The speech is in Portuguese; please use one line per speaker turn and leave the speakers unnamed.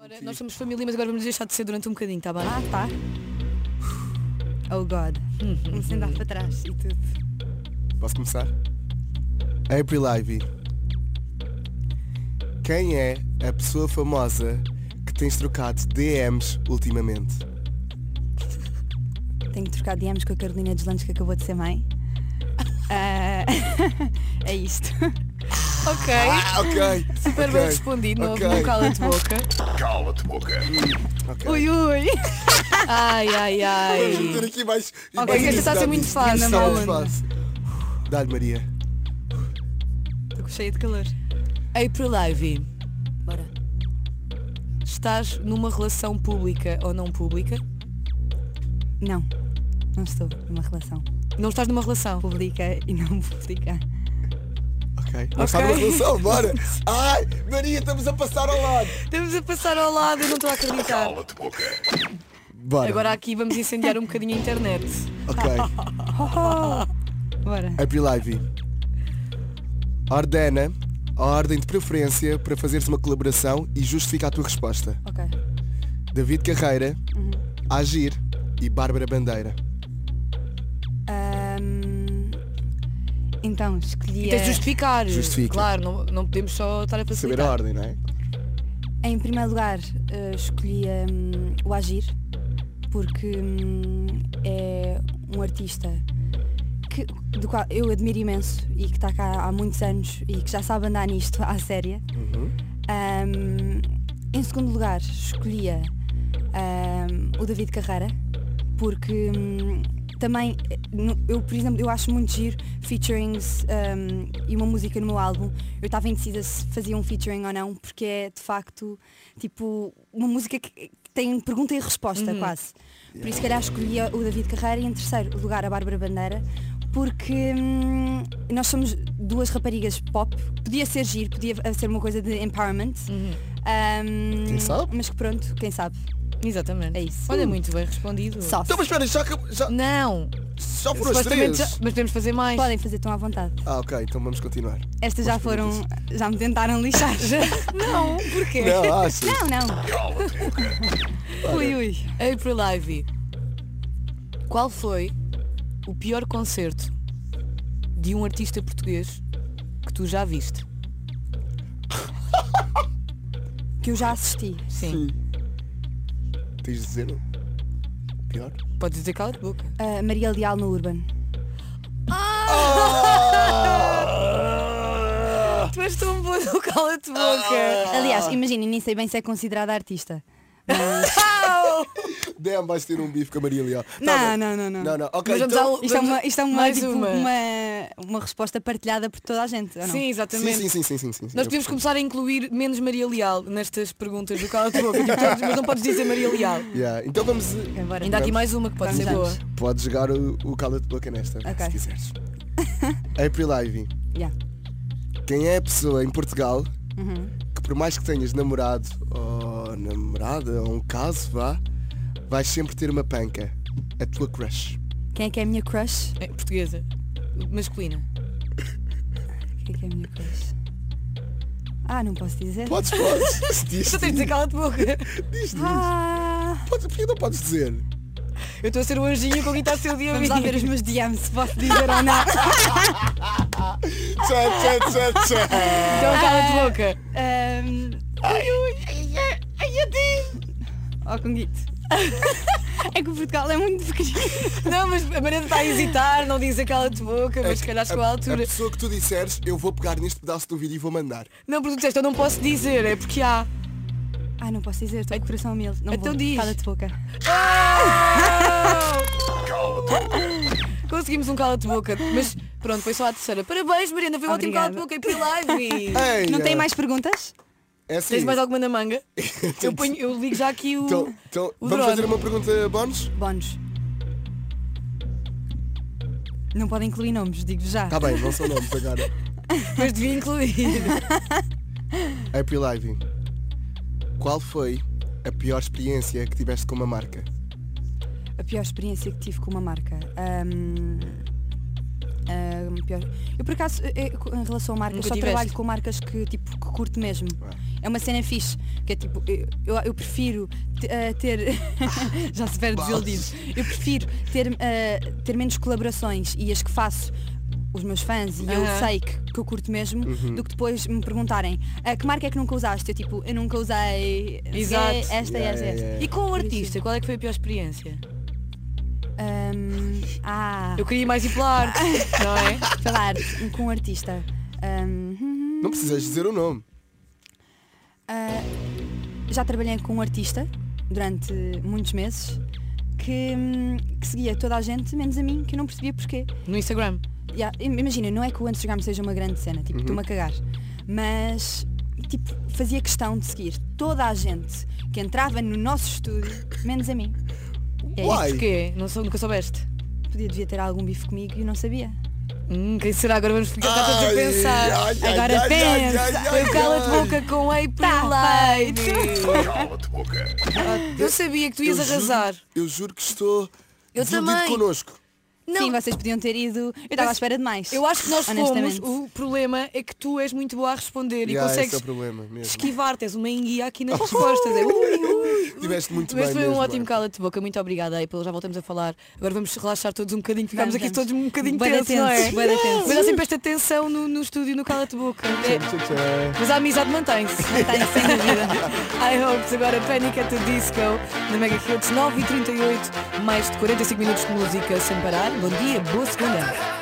Ora, nós somos família, mas agora vamos deixar de ser durante um bocadinho, tá bem? Ah, tá. Oh God.
Vamos andar para trás e tudo.
Posso começar? April Ivy. Quem é a pessoa famosa que tens trocado DMs ultimamente?
Tenho que trocar de ambos com a Carolina dos Landes que acabou de ser mãe. Ah, é isto.
Ok.
Ah, ok.
Super
ok,
bem respondido, não
ok,
okay. cala de boca.
Cala-te boca.
ok.
Ui, ui.
Ai, ai,
Vou
ai.
meter aqui mais.
Ok, esta está a ser muito fácil, é,
Está
na
muito
boa.
fácil. Dá-lhe Maria.
Estou cheia de calor.
April Ivy. Bora. Estás numa relação pública ou não pública?
Não, não estou numa relação
Não estás numa relação.
pública e não pública.
Ok. Não está numa relação, bora. Ai, Maria, estamos a passar ao lado.
Estamos a passar ao lado, eu não estou a acreditar.
Cala-te boca.
Bora.
Agora aqui vamos incendiar um bocadinho a internet.
Ok.
Bora.
April Ivy. Ordena a ordem de preferência para fazeres uma colaboração e justifica a tua resposta.
Ok.
David Carreira,
Uhum.
Agir e Bárbara Bandeira.
Ahm, então, escolhi.
E tens de
a-
justificar.
Justifica.
Claro, não, não podemos só estar a
Saber a
facilitar.
ordem, não é?
Em primeiro lugar, eh, escolhi hum, o Agir, porque hum, é um artista que, do qual eu admiro imenso e que está cá há muitos anos e que já sabe andar nisto à séria. Hum, em segundo lugar, escolhia hum, o David Carrara, porque hum, também, eh, no- eu, por exemplo, eu acho muito giro featurings hum, e uma música no meu álbum. Eu estava indecisa se fazia um featuring ou não, porque é de facto tipo uma música que que tem pergunta e resposta quase. Por isso, se calhar, escolhia o David Carrara e em terceiro lugar a Bárbara Bandeira, porque hum, nós somos duas raparigas pop. Podia ser giro, podia ser uma coisa de empowerment.
Uhum.
Hum,
Quem sabe?
Mas que pronto, quem sabe.
Exatamente.
É isso.
Olha, muito bem respondido.
Só.
Então, mas espera, já, acab- já,
Não.
já foram as
Supostamente
três.
já- mas podemos fazer mais.
Podem fazer tão à vontade.
Ah, ok, então vamos continuar.
Estas já foram. Já me tentaram lixar.
Não, porquê?
Não, ah, achas?
não, não.
Cala-te boca.
Ui, ui.
April Ivy. Qual foi o pior concerto de um artista português que tu já viste?
Que eu já assisti.
Sim.
Tens de dizer o pior?
Podes dizer cala de boca.
Ah, Maria Leal no Urban.
Tu és tão boa no cala de boca.
Aliás, imaginem, nem sei bem se é considerada artista.
Damn, vais ter um bife com a Maria Leal. Tá
Não,
bem.
não, não, não.
Não, não. Ok,
Mas vamos
então...
ao-
Isto é uma, isto é uma,
Mais
tipo,
uma.
uma. uma resposta partilhada por toda a gente, ou não?
Sim, exatamente.
Sim, sim, sim, sim, sim, sim. sim,
Nós
eu
podemos
percebo.
começar a incluir menos Maria Leal nestas perguntas do cala de boca. Tipo, todos, mas não podes dizer Maria Leal.
Yeah. Então vamos...
Embora.
Ainda há aqui mais uma que pode
Vamos,
ser boa.
vamos.
Podes jogar o, o cala de boca nesta,
Ok.
se quiseres. April Ivy.
Yeah.
Quem é a pessoa em Portugal
Uhum.
que por mais que tenhas namorado ou namorada ou um caso vá, vais sempre ter uma panca. A tua crush.
Quem é que é a minha crush?
É, portuguesa. Masculina.
Quem é que é a minha crush? Ah, não posso dizer.
Podes, podes. Se diz,
Só tens de dizer cala de boca.
diz, diz.
Ah,
Podes, porquê não podes dizer?
Eu estou a ser um anjinho com quem está a ser o dia
vamos lá ver os meus DMs, se posso dizer ou não.
Tchá, tchá, tchá, tchá.
Então cala de boca.
Ahm, Ai, Ehm, ui, ai, ai, ai, eu tenho. Ó, Conguito. É que o Portugal é muito pequenino.
Não, mas a Mariana está a hesitar, não diz aquela de boca, mas se calhar chegou à
a, a
altura.
pessoa que tu disseres, eu vou pegar neste pedaço do vídeo e vou mandar.
Não, porque tu disseste, eu não posso dizer, é porque há.
Ah, não posso dizer, estou com o coração a mil. Não
Então
vou.
diz.
Cala-te boca.
Conseguimos um cala de boca, mas pronto, foi só a terceira. Parabéns, Mariana, foi um ótimo cala
Obrigada.
de boca e pela live.
Ei,
Não tem
é-
mais perguntas?
É assim.
Tens mais alguma na manga? Eu, ponho, eu ligo já aqui o.
Então, então
o
vamos
drone.
fazer uma pergunta bónus?
Bónus. Não podem incluir nomes, digo já.
Tá bem, não são nomes agora.
Mas devia incluir.
April Ivy. Qual foi a pior experiência que tiveste com uma marca?
A pior experiência que tive com uma marca. Ahm, ahm, marca-me pior. Eu por acaso, eh, co- em relação a marcas,
Nunca
só
tiveste?
trabalho com marcas que, tipo, que curto mesmo.
Ah.
É uma cena fixe, que é tipo, eu, eu- eu prefiro te- eh, ter. Já se perde
Baldes.
desiludido. Eu prefiro ter, eh, ter menos colaborações e as que faço os meus fãs e eu
Aham.
sei que, que eu curto mesmo
Uhum.
do que depois me perguntarem "Ah, que marca é que nunca usaste? Eu tipo, eu nunca usei
Exato.
eh, esta,
Yeah,
esta,
yeah,
esta.
yeah.
E com o
Por isso.
artista, qual é que foi a pior experiência?
Ahm, ah,
Eu queria mais ir pela arte, não é?
falar com um artista. Ahm,
Não precisas dizer o nome.
ah, já trabalhei com um artista durante muitos meses que, hum, que seguia toda a gente, menos a mim, que eu não percebia porquê.
No Instagram.
Ya, im- imagina, não é que o Instagram seja uma grande cena, tipo, estou-me a cagar. Mas tipo, fazia questão de seguir toda a gente que entrava no nosso estúdio, menos a mim. E é
Uai.
isto.
Porquê? Não sou, nunca soubeste?
Podia devia ter algum bife comigo e eu não sabia.
Hum, quem será? Agora vamos ficar todos a
Ai,
pensar.
ai, ai,
Agora
ai,
pensa.
ai, ai,
Foi
ai,
o cala-te
ai.
boca com April
Tá
Light.
Cala-te boca.
Eu sabia que tu ias
Eu juro-
arrasar.
eu juro que estou
Eu
desiludido
também.
connosco.
Sim, vocês podiam ter ido. Eu estava à espera de mais.
Eu acho que nós fomos.
honestamente.
O problema é que tu és muito boa a responder
Yeah,
e
esse é o
consegues
problema mesmo. Oh,
esquivar. Tens uma enguia aqui nas respostas. É, ui, ui.
Tiveste muito
Mas
bem.
foi um
mesmo,
ótimo
Ana.
cala-te boca. Muito obrigada, April. Já voltamos a falar. Agora vamos relaxar todos um bocadinho.
Vamos,
Ficámos aqui
vamos.
todos um bocadinho
Bué da
tensos, não é?
tenso, bué da tenso.
Mas há sempre esta tensão no, no estúdio, no cala-te boca. É-
Tchau, tchau, tchau.
Mas a amizade mantém-se.
Mantém-se, sem dúvida.
I Hopes, agora Panic at the Disco, na Mega Hits 9h38, mais de 45 minutos de música sem parar. Bom dia, boa segunda.